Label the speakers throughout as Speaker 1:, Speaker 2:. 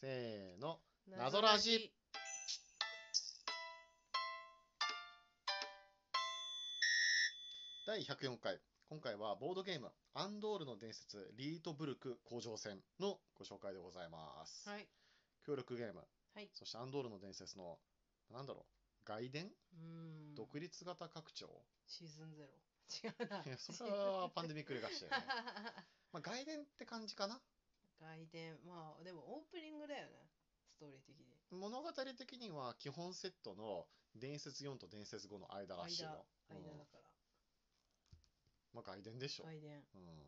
Speaker 1: せーの。謎ラジ第104回今回はボードゲーム「アンドールの伝説リートブルク甲状戦」のご紹介でございます、
Speaker 2: はい
Speaker 1: 協力ゲーム、
Speaker 2: はい
Speaker 1: そしてアンドールの伝説のなんだろう外伝、
Speaker 2: うーん
Speaker 1: 独立型拡張
Speaker 2: シーズンゼロ違うな
Speaker 1: いやそれはパンデミックでがしてるね、まあ、外伝って感じかな
Speaker 2: 外伝まあでもオープニングだよねストーリー的に
Speaker 1: 物語的には基本セットの伝説4と伝説5の間らしいの、うん
Speaker 2: 間だから
Speaker 1: まあ、外伝でしょ、
Speaker 2: 外伝
Speaker 1: うん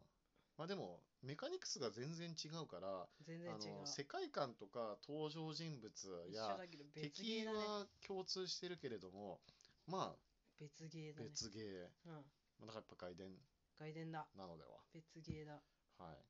Speaker 1: まあでもメカニクスが全然違うから
Speaker 2: 全然
Speaker 1: あ
Speaker 2: 違う
Speaker 1: の世界観とか登場人物
Speaker 2: 一緒
Speaker 1: や
Speaker 2: だけど別ゲ
Speaker 1: 敵
Speaker 2: ーだね
Speaker 1: は共通してるけれどもま
Speaker 2: 別ゲー
Speaker 1: あ
Speaker 2: だね
Speaker 1: 別ゲー、
Speaker 2: うん
Speaker 1: まあだからやっぱ外伝
Speaker 2: 外伝だ
Speaker 1: なので
Speaker 2: 別ゲーだ
Speaker 1: ははい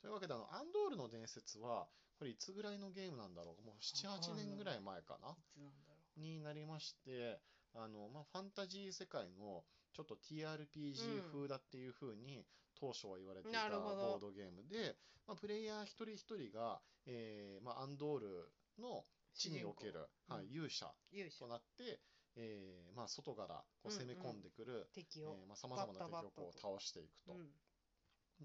Speaker 1: というわけであのアンドールの伝説はこれいつぐらいのゲームなんだろうもう
Speaker 2: わか
Speaker 1: 78
Speaker 2: んない
Speaker 1: 年ぐらい前かない
Speaker 2: つなんだろ
Speaker 1: になりましてあの、まあ、ファンタジー世界のちょっと TRPG
Speaker 2: うん
Speaker 1: 風だっていう風に当初は言われてい
Speaker 2: な
Speaker 1: た
Speaker 2: るほど
Speaker 1: ボードゲームで、まあ、プレイヤー一人一人が、えーまあ、アンドールの
Speaker 2: う
Speaker 1: 地における、はい
Speaker 2: うん
Speaker 1: 勇者
Speaker 2: 勇者
Speaker 1: となって、えーまあ、外からこう
Speaker 2: うん
Speaker 1: 攻め込んでくる
Speaker 2: 敵を
Speaker 1: さまざまな敵
Speaker 2: バッタバッタ
Speaker 1: をこう倒
Speaker 2: と
Speaker 1: していく
Speaker 2: う
Speaker 1: と。
Speaker 2: ん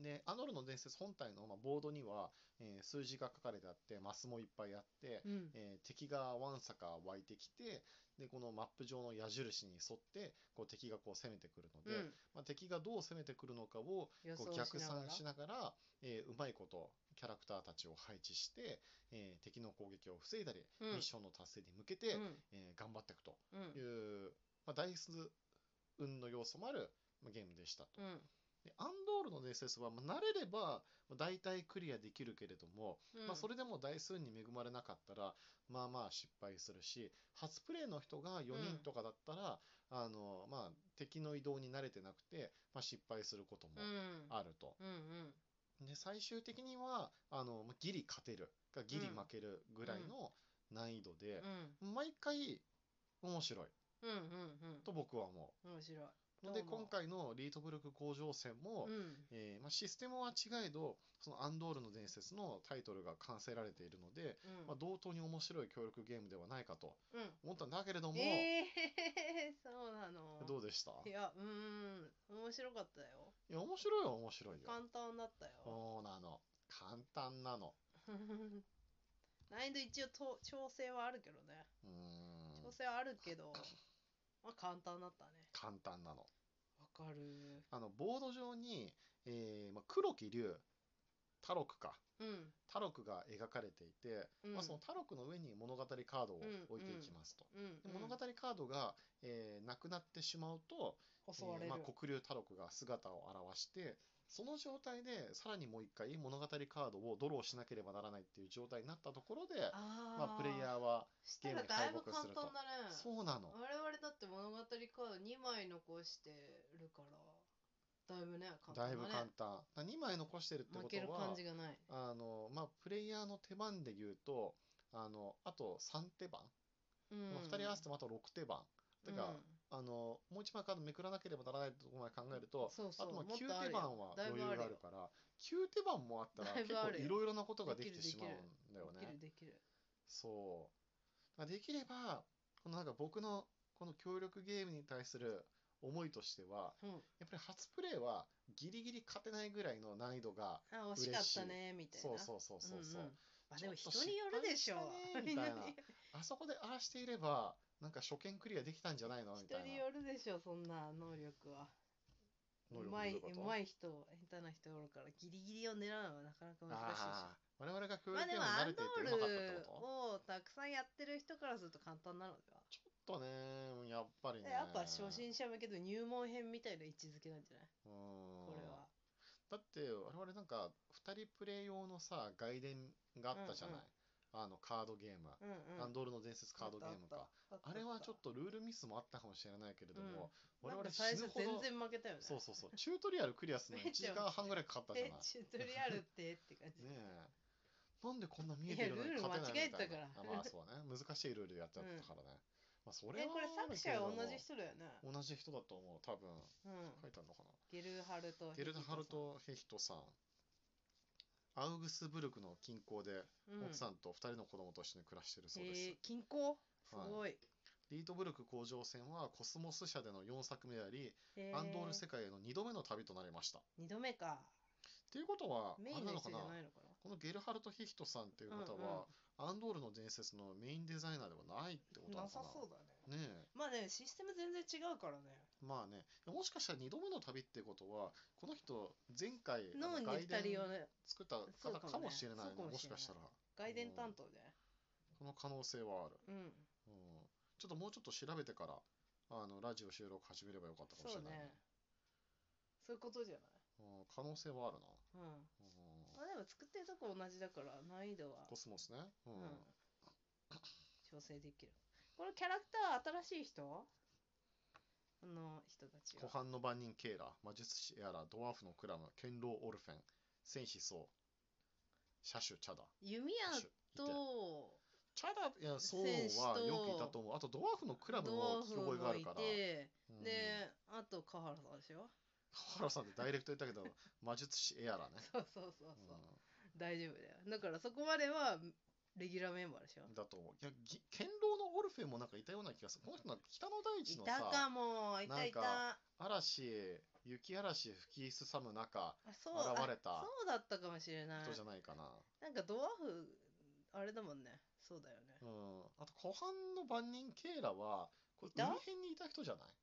Speaker 1: でアノルの伝説本体の、まあ、ボードには、えー数字が書かれてあってマスもいっぱいあって、
Speaker 2: うん
Speaker 1: えー敵がわんさか湧いてきてでこのマップ上の矢印に沿ってこう敵がこう攻めてくるので、
Speaker 2: うん
Speaker 1: まあ、敵がどう攻めてくるのかを
Speaker 2: 予
Speaker 1: こう
Speaker 2: 想し
Speaker 1: 逆
Speaker 2: なが
Speaker 1: 算
Speaker 2: ら
Speaker 1: しながら、えーうまいことキャラクターたちを配置して、えー敵の攻撃を防いだり、
Speaker 2: うん
Speaker 1: ミッションの達成に向けて、
Speaker 2: うん
Speaker 1: えー頑張っていくと
Speaker 2: うん
Speaker 1: いう、まあ、ダイス運の要素もある、まあ、ゲームでしたと。
Speaker 2: うん
Speaker 1: でアンドールの伝説は、まあ、慣れればまあ大体クリアできるけれども、
Speaker 2: うん
Speaker 1: まあ、それでも台数に恵まれなかったらまあまあ失敗するし初プレイの人が4人とかだったら、あのまあ、敵の移動に慣れてなくて、まあ、失敗することも
Speaker 2: うん
Speaker 1: あると、
Speaker 2: うんうん
Speaker 1: で最終的にはあのまあギリ勝てるかギリ負けるぐらいの難易度で、
Speaker 2: うん
Speaker 1: 毎回面白い
Speaker 2: うんうん
Speaker 1: と僕は思
Speaker 2: うん面白い。
Speaker 1: う。ので
Speaker 2: どうも
Speaker 1: 今回のリートブルク工場戦も、
Speaker 2: うん
Speaker 1: えーまあ、システムは違えどそのアンドールの伝説のタイトルが完成られているので、
Speaker 2: うん
Speaker 1: まあ、同等に面白い協力ゲームではないかと
Speaker 2: うん
Speaker 1: 思ったんだけれども、
Speaker 2: ええ そうなの
Speaker 1: どうでした
Speaker 2: いやうーん面白かったよ
Speaker 1: いや面白いは面白いよ
Speaker 2: 簡単だったよ
Speaker 1: そうなの簡単なの
Speaker 2: 難易度一応と調整はあるけどね
Speaker 1: うーん
Speaker 2: 調整はあるけどまあ簡単だったね
Speaker 1: 簡単なの
Speaker 2: わかる
Speaker 1: あのボード上に、えーまあ、黒木龍太郎か
Speaker 2: うん
Speaker 1: 太郎が描かれていて、
Speaker 2: うん
Speaker 1: まあ、その太郎の上に物語カードを置いていきますと、
Speaker 2: うん
Speaker 1: で物語カードが、えーなくなってしまうと、
Speaker 2: うん襲われ
Speaker 1: えー
Speaker 2: る
Speaker 1: まあ、黒竜太郎が姿を現してその状態でさらにもう一回物語カードをドローしなければならないっていう状態になったところで
Speaker 2: あ
Speaker 1: まあ、プレイ
Speaker 2: ー
Speaker 1: ヤーは
Speaker 2: したらだいぶ簡単だね
Speaker 1: そうなの
Speaker 2: 我々だって物語カード2枚残してるからだいぶね簡単
Speaker 1: だいぶ
Speaker 2: ね
Speaker 1: 簡単2枚残してるって
Speaker 2: 負
Speaker 1: こ
Speaker 2: ける
Speaker 1: とは
Speaker 2: 感じがない
Speaker 1: あの、まあ、プレイヤーの手番で言うとあのあと3手番、
Speaker 2: うん
Speaker 1: まあ2人合わせてまた6手番だから、
Speaker 2: うん
Speaker 1: あのもう1枚カードめくらなければならないとこまで考えると
Speaker 2: そう
Speaker 1: あ
Speaker 2: そう
Speaker 1: とまあ
Speaker 2: もっ
Speaker 1: 9
Speaker 2: とあ
Speaker 1: 手
Speaker 2: るよ
Speaker 1: 番は
Speaker 2: だい
Speaker 1: 余
Speaker 2: ぶ
Speaker 1: 裕
Speaker 2: ある
Speaker 1: がある
Speaker 2: よ
Speaker 1: から9手番もあったら
Speaker 2: だい
Speaker 1: 結
Speaker 2: ぶあ
Speaker 1: 構
Speaker 2: るよ
Speaker 1: いろいろなことができて
Speaker 2: できる
Speaker 1: しまうんだよ
Speaker 2: でき
Speaker 1: ね
Speaker 2: る。できる
Speaker 1: そうだからできればこのなんか僕のこの協力ゲームに対する思いとしては
Speaker 2: うん
Speaker 1: やっぱり初プレイはギリギリ勝てないぐらいの難易度が
Speaker 2: あ惜しかったねみたいな
Speaker 1: そうそうそうそうそう、
Speaker 2: んんまあでも
Speaker 1: ち
Speaker 2: 人
Speaker 1: ょっと
Speaker 2: によるでしょ
Speaker 1: 失敗したねみたいな
Speaker 2: 人に
Speaker 1: あそこでああしていればなんか初見クリアできたんじゃないのみたい
Speaker 2: 人
Speaker 1: な
Speaker 2: によるでしょそんな能力はう
Speaker 1: 能力
Speaker 2: まい
Speaker 1: の
Speaker 2: う
Speaker 1: こと
Speaker 2: まい人下手な人おるからギリギリを狙うのはなかなか難しいし
Speaker 1: ああ我々が協
Speaker 2: まあ
Speaker 1: 力ゲ
Speaker 2: で
Speaker 1: ームに慣
Speaker 2: もアン
Speaker 1: れていてな
Speaker 2: ド
Speaker 1: かったって
Speaker 2: ール
Speaker 1: こと
Speaker 2: をたくさんやってる人からすると簡単なのでは
Speaker 1: ちょっとねやっぱりね
Speaker 2: やっぱ初心者向けの入門編みたいな位置づけなんじゃない
Speaker 1: こ
Speaker 2: これは
Speaker 1: だって我々なんか2人プレイ用のさ外伝があったじゃない、
Speaker 2: うん
Speaker 1: あのカードゲーム、
Speaker 2: うんうん
Speaker 1: アンドールの伝説カードゲームか
Speaker 2: あっ
Speaker 1: あ
Speaker 2: たった
Speaker 1: れはちょっとルールミスもあったかもしれないけれども、
Speaker 2: う
Speaker 1: 我
Speaker 2: んなん
Speaker 1: 々
Speaker 2: か
Speaker 1: 死
Speaker 2: 最
Speaker 1: ぬ
Speaker 2: 初
Speaker 1: ほど
Speaker 2: 全然負けたよね
Speaker 1: そうそうそうチュートリアルクリアするのに1時間半ぐらいかかったじゃ
Speaker 2: え
Speaker 1: ない
Speaker 2: チュートリアルってって感じ
Speaker 1: ねえなんでこんな見えてるのに
Speaker 2: いやルール
Speaker 1: 勝てないみたい
Speaker 2: 間
Speaker 1: な
Speaker 2: 違えたか
Speaker 1: あ
Speaker 2: ら
Speaker 1: まあそうだね難しいルールやっちゃったからね、まあそれ
Speaker 2: え
Speaker 1: は
Speaker 2: これ作者は同じ人だよね、
Speaker 1: 同じ人だと思う多分
Speaker 2: うん、
Speaker 1: 書いてあるのかな
Speaker 2: ゲルハルト
Speaker 1: ゲルダハル
Speaker 2: ヒヒト
Speaker 1: ト・ヘヒトさん。アウグスブルクの近郊で
Speaker 2: うん、
Speaker 1: 奥さんと2人の子供と一緒に暮らしてるそうです、
Speaker 2: へえ近郊すごい、
Speaker 1: リートブルク甲状線はコスモス社での4作目であり、
Speaker 2: へえ
Speaker 1: アンドール世界への2度目の旅となりました。っ
Speaker 2: 二度目か
Speaker 1: ていうことは、
Speaker 2: メ
Speaker 1: あれ
Speaker 2: イン
Speaker 1: な
Speaker 2: の
Speaker 1: の
Speaker 2: 人
Speaker 1: か
Speaker 2: じ
Speaker 1: な
Speaker 2: ゃないのか
Speaker 1: このゲルハルト・ヒヒトさんっていう
Speaker 2: な
Speaker 1: 方は、アンドールの伝説のメインデザイナーではないって
Speaker 2: うん
Speaker 1: こ
Speaker 2: う
Speaker 1: となのか
Speaker 2: ん、なさ
Speaker 1: な
Speaker 2: そうだね
Speaker 1: ねえ
Speaker 2: まあねシステム全然違うからね
Speaker 1: まあねもしかしたら2度目の旅ってことはこの人前回あ
Speaker 2: 脳
Speaker 1: の
Speaker 2: に
Speaker 1: 外
Speaker 2: 2人を
Speaker 1: 伝
Speaker 2: ね
Speaker 1: 作った
Speaker 2: そう
Speaker 1: 方
Speaker 2: かもね
Speaker 1: かもしれないね
Speaker 2: そうか
Speaker 1: も
Speaker 2: も
Speaker 1: し
Speaker 2: しれ
Speaker 1: か
Speaker 2: ない
Speaker 1: したら
Speaker 2: 外伝担当で
Speaker 1: この可能性はある、
Speaker 2: うん
Speaker 1: うん、ちょっともうちょっと調べてからあのラジオ収録始めればよかったかもし
Speaker 2: そ
Speaker 1: れ
Speaker 2: う
Speaker 1: ないね
Speaker 2: ねそういうことじゃない
Speaker 1: うん、可能性はあるな、
Speaker 2: う
Speaker 1: う
Speaker 2: ん
Speaker 1: ん
Speaker 2: まあでも作ってるとこ同じだから難易度は
Speaker 1: コスモスね、う
Speaker 2: うんん調整できるこれキャラクター新しい人あの人たち
Speaker 1: 湖
Speaker 2: が
Speaker 1: 畔の番人ケーラ魔術師エアラドワーフのクラム堅牢オルフェン戦士ソウ車種チャダ
Speaker 2: 弓
Speaker 1: 車
Speaker 2: 矢
Speaker 1: 種いて
Speaker 2: と
Speaker 1: チャダいやソウ
Speaker 2: 戦士
Speaker 1: は
Speaker 2: と
Speaker 1: よくいたと思うあとドワーフのクラム
Speaker 2: ドワ
Speaker 1: も
Speaker 2: ー
Speaker 1: 聞き
Speaker 2: フ
Speaker 1: 覚えがあ
Speaker 2: も
Speaker 1: る
Speaker 2: い
Speaker 1: から、
Speaker 2: て
Speaker 1: うん、
Speaker 2: であと川原さんでしょ
Speaker 1: 川原さんってダイレクト言ったけ ど魔術師エアラね、
Speaker 2: そうそうそうそう
Speaker 1: う
Speaker 2: 大丈夫だよだからそこまではレギュラーメンバーでしょ
Speaker 1: ん、だと思ういやぎ堅牢のオルフェンもなんかいたような気がするこの人なんか北の大
Speaker 2: い
Speaker 1: 地の
Speaker 2: たか
Speaker 1: さ
Speaker 2: もいたいた
Speaker 1: な嵐雪嵐吹きすさむ中
Speaker 2: あそう
Speaker 1: 現れた
Speaker 2: あそうだったかもしれない
Speaker 1: 人じゃないかな、
Speaker 2: なんかドワーフあれだもんねそうだよね
Speaker 1: うん、あと湖畔の番人ケイラはこれ
Speaker 2: いた
Speaker 1: 海辺にいた人じゃない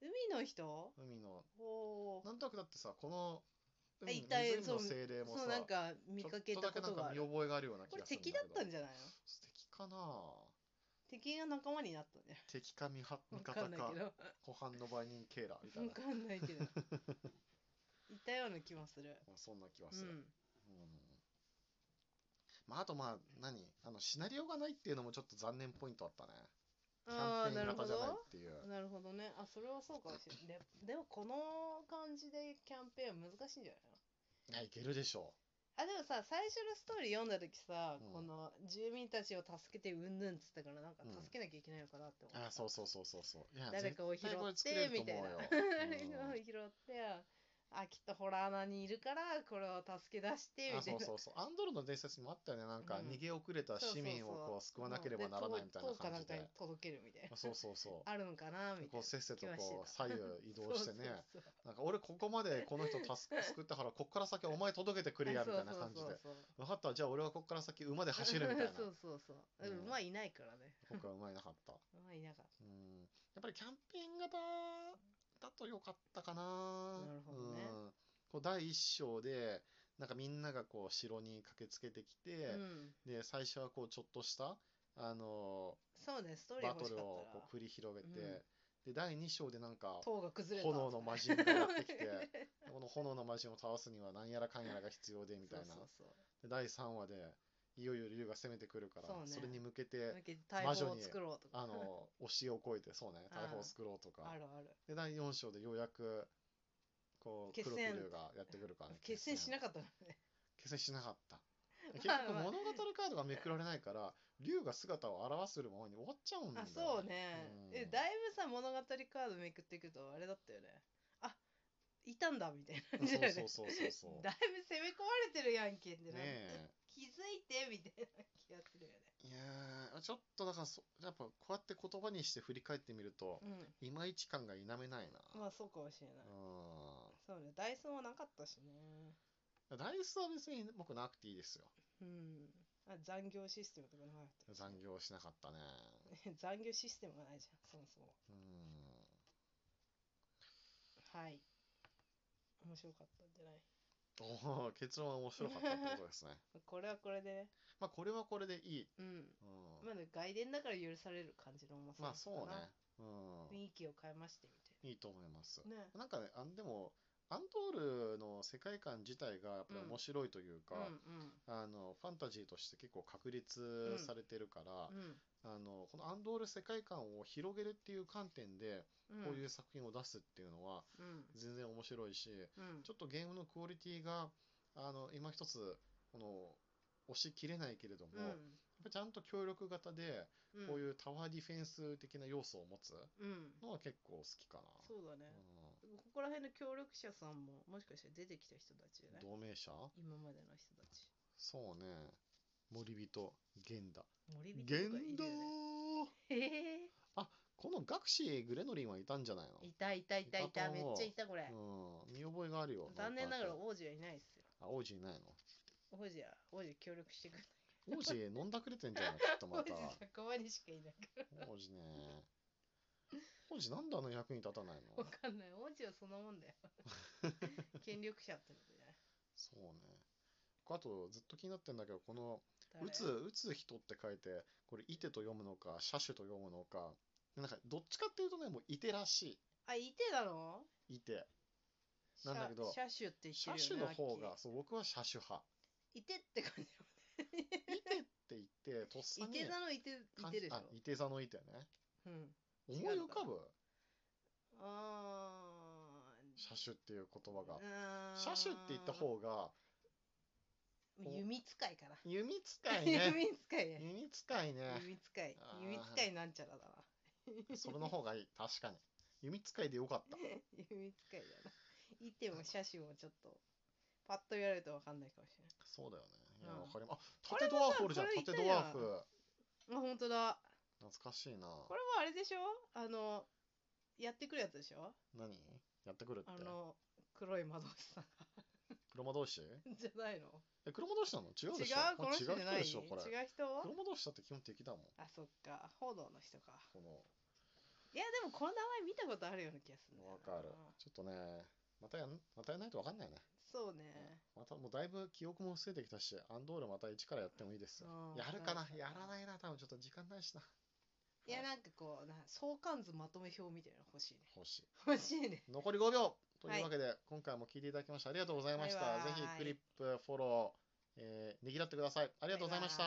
Speaker 2: 海の人
Speaker 1: 海の
Speaker 2: おおー
Speaker 1: なんとなくだってさこの
Speaker 2: あ
Speaker 1: 海
Speaker 2: い
Speaker 1: の
Speaker 2: たい
Speaker 1: 湖の精霊もさ
Speaker 2: そうなんか見かけ
Speaker 1: ちょ
Speaker 2: たこ
Speaker 1: っとだ
Speaker 2: と
Speaker 1: けなん
Speaker 2: が
Speaker 1: か
Speaker 2: あ
Speaker 1: 見
Speaker 2: る
Speaker 1: 覚えがあるような気
Speaker 2: これ
Speaker 1: がする
Speaker 2: 敵だったん
Speaker 1: じ
Speaker 2: じゃないの
Speaker 1: 敵かな
Speaker 2: 敵が仲間になったんじゃない
Speaker 1: 敵か味は 味
Speaker 2: わ
Speaker 1: 方
Speaker 2: かんない
Speaker 1: か
Speaker 2: けど
Speaker 1: 湖畔の番人ケイラみたい
Speaker 2: わ
Speaker 1: な、
Speaker 2: かんないけ どいたような気もする
Speaker 1: まあ、そんな気は
Speaker 2: う
Speaker 1: する、
Speaker 2: ん
Speaker 1: うんまあ、あとまあ何あのシナリオがないっていうのもちょっと残念ポイントあったねキャ
Speaker 2: ああ
Speaker 1: ン
Speaker 2: ー
Speaker 1: ペ
Speaker 2: な
Speaker 1: ーン
Speaker 2: るほ
Speaker 1: 型じゃない
Speaker 2: ど
Speaker 1: っていう
Speaker 2: なるほどねあそれはそうかもしれないででもこの感じでキャンペーンは難しいんじゃないの
Speaker 1: いやいけるでしょ
Speaker 2: あでもさ最初のストーリー読んだ時さ、
Speaker 1: うん
Speaker 2: この住民たちを助けてうんぬんっつったからなんか
Speaker 1: うん
Speaker 2: 助けなきゃいけないのかなって思
Speaker 1: うあー
Speaker 2: っ
Speaker 1: そうそ
Speaker 2: た、
Speaker 1: うそうそうそういや
Speaker 2: 誰かを拾
Speaker 1: 絶対これ
Speaker 2: っ
Speaker 1: 作れ
Speaker 2: て
Speaker 1: ると
Speaker 2: み
Speaker 1: 思うよ
Speaker 2: たいな誰かを 拾ってあきっとホラー穴にいるからこれを助け出して
Speaker 1: あ
Speaker 2: みたい
Speaker 1: そう
Speaker 2: な
Speaker 1: そうそうアンドルの伝説にもあったよねなんか
Speaker 2: うん
Speaker 1: 逃げ遅れた市民をこう救わなければならないみたいな感じで
Speaker 2: で塔塔かなんかに届けるみたいな
Speaker 1: あそうそうそう
Speaker 2: あるのかなみた
Speaker 1: こ
Speaker 2: いう
Speaker 1: せっせと
Speaker 2: 気はして
Speaker 1: こう
Speaker 2: た
Speaker 1: 左右移動してね
Speaker 2: そうそうそう
Speaker 1: なんか俺ここまでこの人助け救ったからこっから先はお前届けてくれやみたいな感じで
Speaker 2: そうそうそう
Speaker 1: 分かったじゃあ俺はこっから先馬で走るみたいな
Speaker 2: そうそうそうでも
Speaker 1: うん
Speaker 2: 馬いないからね
Speaker 1: 僕は馬いなかった
Speaker 2: 馬いなかっ
Speaker 1: うんやっぱりキャンペーン型だとよかったかな
Speaker 2: なるほどね
Speaker 1: うんこう第一章でなんかみんながこう城に駆けつけてきて、
Speaker 2: た、うん
Speaker 1: で最初はこうちょっとした、あの
Speaker 2: そうねストー
Speaker 1: ー
Speaker 2: リー
Speaker 1: バト
Speaker 2: 欲し
Speaker 1: ル
Speaker 2: か
Speaker 1: を
Speaker 2: った
Speaker 1: こ
Speaker 2: ら
Speaker 1: う繰り広げて、
Speaker 2: うん
Speaker 1: で第2章でなんか
Speaker 2: 塔が崩れた
Speaker 1: 炎の魔人がやってき てこの炎の魔人を倒すには何やらかんやらが必要でみたいな
Speaker 2: そうそう
Speaker 1: で第3話でいよいよ竜が攻めてくるから
Speaker 2: そうね
Speaker 1: それに向け
Speaker 2: そう
Speaker 1: て
Speaker 2: だけど大砲を作ろうとか
Speaker 1: あの教えを超えてそうね大砲を作ろうとか
Speaker 2: あるある
Speaker 1: で第4章でようやくこう
Speaker 2: 決
Speaker 1: 黒木
Speaker 2: 戦
Speaker 1: 竜がやってくるからね
Speaker 2: 決戦しなかったのね
Speaker 1: 決戦しなかった。結
Speaker 2: まあ
Speaker 1: 局
Speaker 2: まあ
Speaker 1: 物語カードがめくられないから、竜が姿を現するままに終わっちゃうんだ
Speaker 2: あ
Speaker 1: よ。
Speaker 2: そうね
Speaker 1: うん
Speaker 2: えだいぶさ物語カードめくっていくとあれだったよねあいたんだみたいな感じだよ
Speaker 1: そうそう
Speaker 2: ね
Speaker 1: そうそう そ
Speaker 2: だいぶ攻め込まれてるやんけって
Speaker 1: う。ね
Speaker 2: な
Speaker 1: え。
Speaker 2: 気づいてみたいな気がするよね
Speaker 1: いやーちょっとだからそ、やっぱこうやって言葉にして振り返ってみると、いまいち感が否めない
Speaker 2: うん
Speaker 1: な。
Speaker 2: まあそうかもしれない
Speaker 1: うん。
Speaker 2: そうねダイソーはなかったしね
Speaker 1: ダイスは別に僕なくていいですよ。
Speaker 2: うんあ残業システムとかなかった
Speaker 1: 残業しなかったね。
Speaker 2: 残業システムがないじゃんそもそも
Speaker 1: うん。
Speaker 2: はい面白かったんじゃない
Speaker 1: おー結論は面白かったってことですね。
Speaker 2: これはこれでね
Speaker 1: まあこれはこれでいい。
Speaker 2: うん
Speaker 1: うん。
Speaker 2: まだ外伝だから許される感じの重さ
Speaker 1: まあ
Speaker 2: だった
Speaker 1: そ
Speaker 2: かな
Speaker 1: うね。うん。
Speaker 2: 雰囲気を変えまして
Speaker 1: い
Speaker 2: み
Speaker 1: いと思います。
Speaker 2: たいなね
Speaker 1: なんかね、あでも、アンドールの世界観自体がやっぱり面白いという
Speaker 2: う
Speaker 1: か、
Speaker 2: ん
Speaker 1: あのファンタジーとして結構確立されてるから
Speaker 2: う、ん
Speaker 1: あのこのアンドール世界観を広げるっていう観点で、
Speaker 2: うん
Speaker 1: こういうう作品を出すっていうのは
Speaker 2: うん
Speaker 1: 全然面白いし、
Speaker 2: うん
Speaker 1: ちょっとゲームのクオリティがあの今一つこの押し切れないけれども、
Speaker 2: うん
Speaker 1: やっぱちゃんと協力型で、
Speaker 2: うん
Speaker 1: こういうタワーディフェンス的な要素を持つ
Speaker 2: うん
Speaker 1: のは結構好きかな。
Speaker 2: そうだね
Speaker 1: うん
Speaker 2: ここら辺の協力者さんももしかして出てきた人たちじゃない
Speaker 1: 同盟者
Speaker 2: 今までの人たち
Speaker 1: そうね。森人、源田。
Speaker 2: 森人とかい
Speaker 1: 源
Speaker 2: る
Speaker 1: 田
Speaker 2: よね。へえ。
Speaker 1: この学士グレノリンはいたんじゃない
Speaker 2: いたいたいたい
Speaker 1: いた
Speaker 2: た。
Speaker 1: と
Speaker 2: めっ
Speaker 1: 思う
Speaker 2: ちゃいたこれ。
Speaker 1: のうん。見覚えがあるよ。
Speaker 2: 残念ながら
Speaker 1: んか
Speaker 2: 王子はいないですよ。
Speaker 1: あ王子いないの
Speaker 2: 王子は、王子協力してくれ。
Speaker 1: 王子飲んだくれてんじゃないきっと
Speaker 2: 王
Speaker 1: ま
Speaker 2: 子
Speaker 1: た。
Speaker 2: そこまでしかいないから。
Speaker 1: 王子ね。王子なんであの役に立たないの
Speaker 2: わ かんない。王子はそんなもんだよ。権力者ってことじゃない。
Speaker 1: そうね。あとずっと気になってんだけど、この
Speaker 2: 誰
Speaker 1: 打つ、打つ人って書いて、これ、いてと読むのか、射手と読むのか、なんか、どっちかっていうとね、もう、いてらし
Speaker 2: あ、いてなの
Speaker 1: い、いて。なんだけど
Speaker 2: シャシュって言って
Speaker 1: 射
Speaker 2: るよね。
Speaker 1: 手の方
Speaker 2: ア
Speaker 1: が、
Speaker 2: ッキ
Speaker 1: そう、僕は射手派。
Speaker 2: ー。いてって感
Speaker 1: いてって言って、とっ
Speaker 2: じ。い
Speaker 1: さに、
Speaker 2: てなのいて、い
Speaker 1: かん
Speaker 2: てでし
Speaker 1: あ
Speaker 2: ょ、。
Speaker 1: いて座のいてね。
Speaker 2: うん。
Speaker 1: 思
Speaker 2: 違
Speaker 1: い
Speaker 2: うのか
Speaker 1: 浮
Speaker 2: な
Speaker 1: かぶ
Speaker 2: あ
Speaker 1: 射手っていう言葉が。射
Speaker 2: あ。
Speaker 1: 手って言った方が、
Speaker 2: 弓使いかな。
Speaker 1: 弓使いね。
Speaker 2: 弓使いね。
Speaker 1: 弓使いね。
Speaker 2: 弓使い
Speaker 1: あ。ー
Speaker 2: 弓使いなんちゃらだな。
Speaker 1: それの方がいい。確かに。弓使いでよかった。
Speaker 2: 弓使いだな。いても写真もちょっと、パッと言われるとわかんないかもしれ
Speaker 1: そうだよね。いや、
Speaker 2: うん
Speaker 1: わかりま、あ、縦ドワーフおるじゃん、
Speaker 2: これもさ
Speaker 1: 縦ドワーフ。
Speaker 2: ない。あ、本当だ。
Speaker 1: 懐かしいな。
Speaker 2: これもあれでしょあの、やってくるやつでしょ
Speaker 1: 何やってくるって
Speaker 2: あの、黒い魔導士さん
Speaker 1: 黒魔同士
Speaker 2: じゃないの
Speaker 1: え、黒魔同士なの違う
Speaker 2: 違
Speaker 1: でしょ
Speaker 2: う
Speaker 1: こ
Speaker 2: この
Speaker 1: れ
Speaker 2: 人じゃ
Speaker 1: 違う
Speaker 2: な
Speaker 1: 人で
Speaker 2: い
Speaker 1: しょこれ。
Speaker 2: 違う人
Speaker 1: 黒魔同士だって基本敵だもん。
Speaker 2: あ、そっか。報道の人か。
Speaker 1: この、
Speaker 2: いや、でもこの名前見たことあるような気がするんだよ
Speaker 1: わ
Speaker 2: な
Speaker 1: かる。ちょっとね、またやん、またやんないとわかんないね。
Speaker 2: そうね。
Speaker 1: またもうだいぶ記憶も薄れてきたし、アンドールまた一からやってもいいですよ
Speaker 2: うん
Speaker 1: やるかな
Speaker 2: そうそう
Speaker 1: やらないな。多分ちょっと時間ないしな。
Speaker 2: いや、
Speaker 1: はい
Speaker 2: なんかこう、な相関図まとめ表みたいなの欲しいね。
Speaker 1: 欲しい。
Speaker 2: 欲しいね。
Speaker 1: 残り5秒というわけで、今回も聞いていただきましてありがとうございました。
Speaker 2: バイバ
Speaker 1: ぜ
Speaker 2: イ
Speaker 1: ひクリップ、フォロー、えー、ねぎらってください。ありがとうございました。
Speaker 2: バイバイ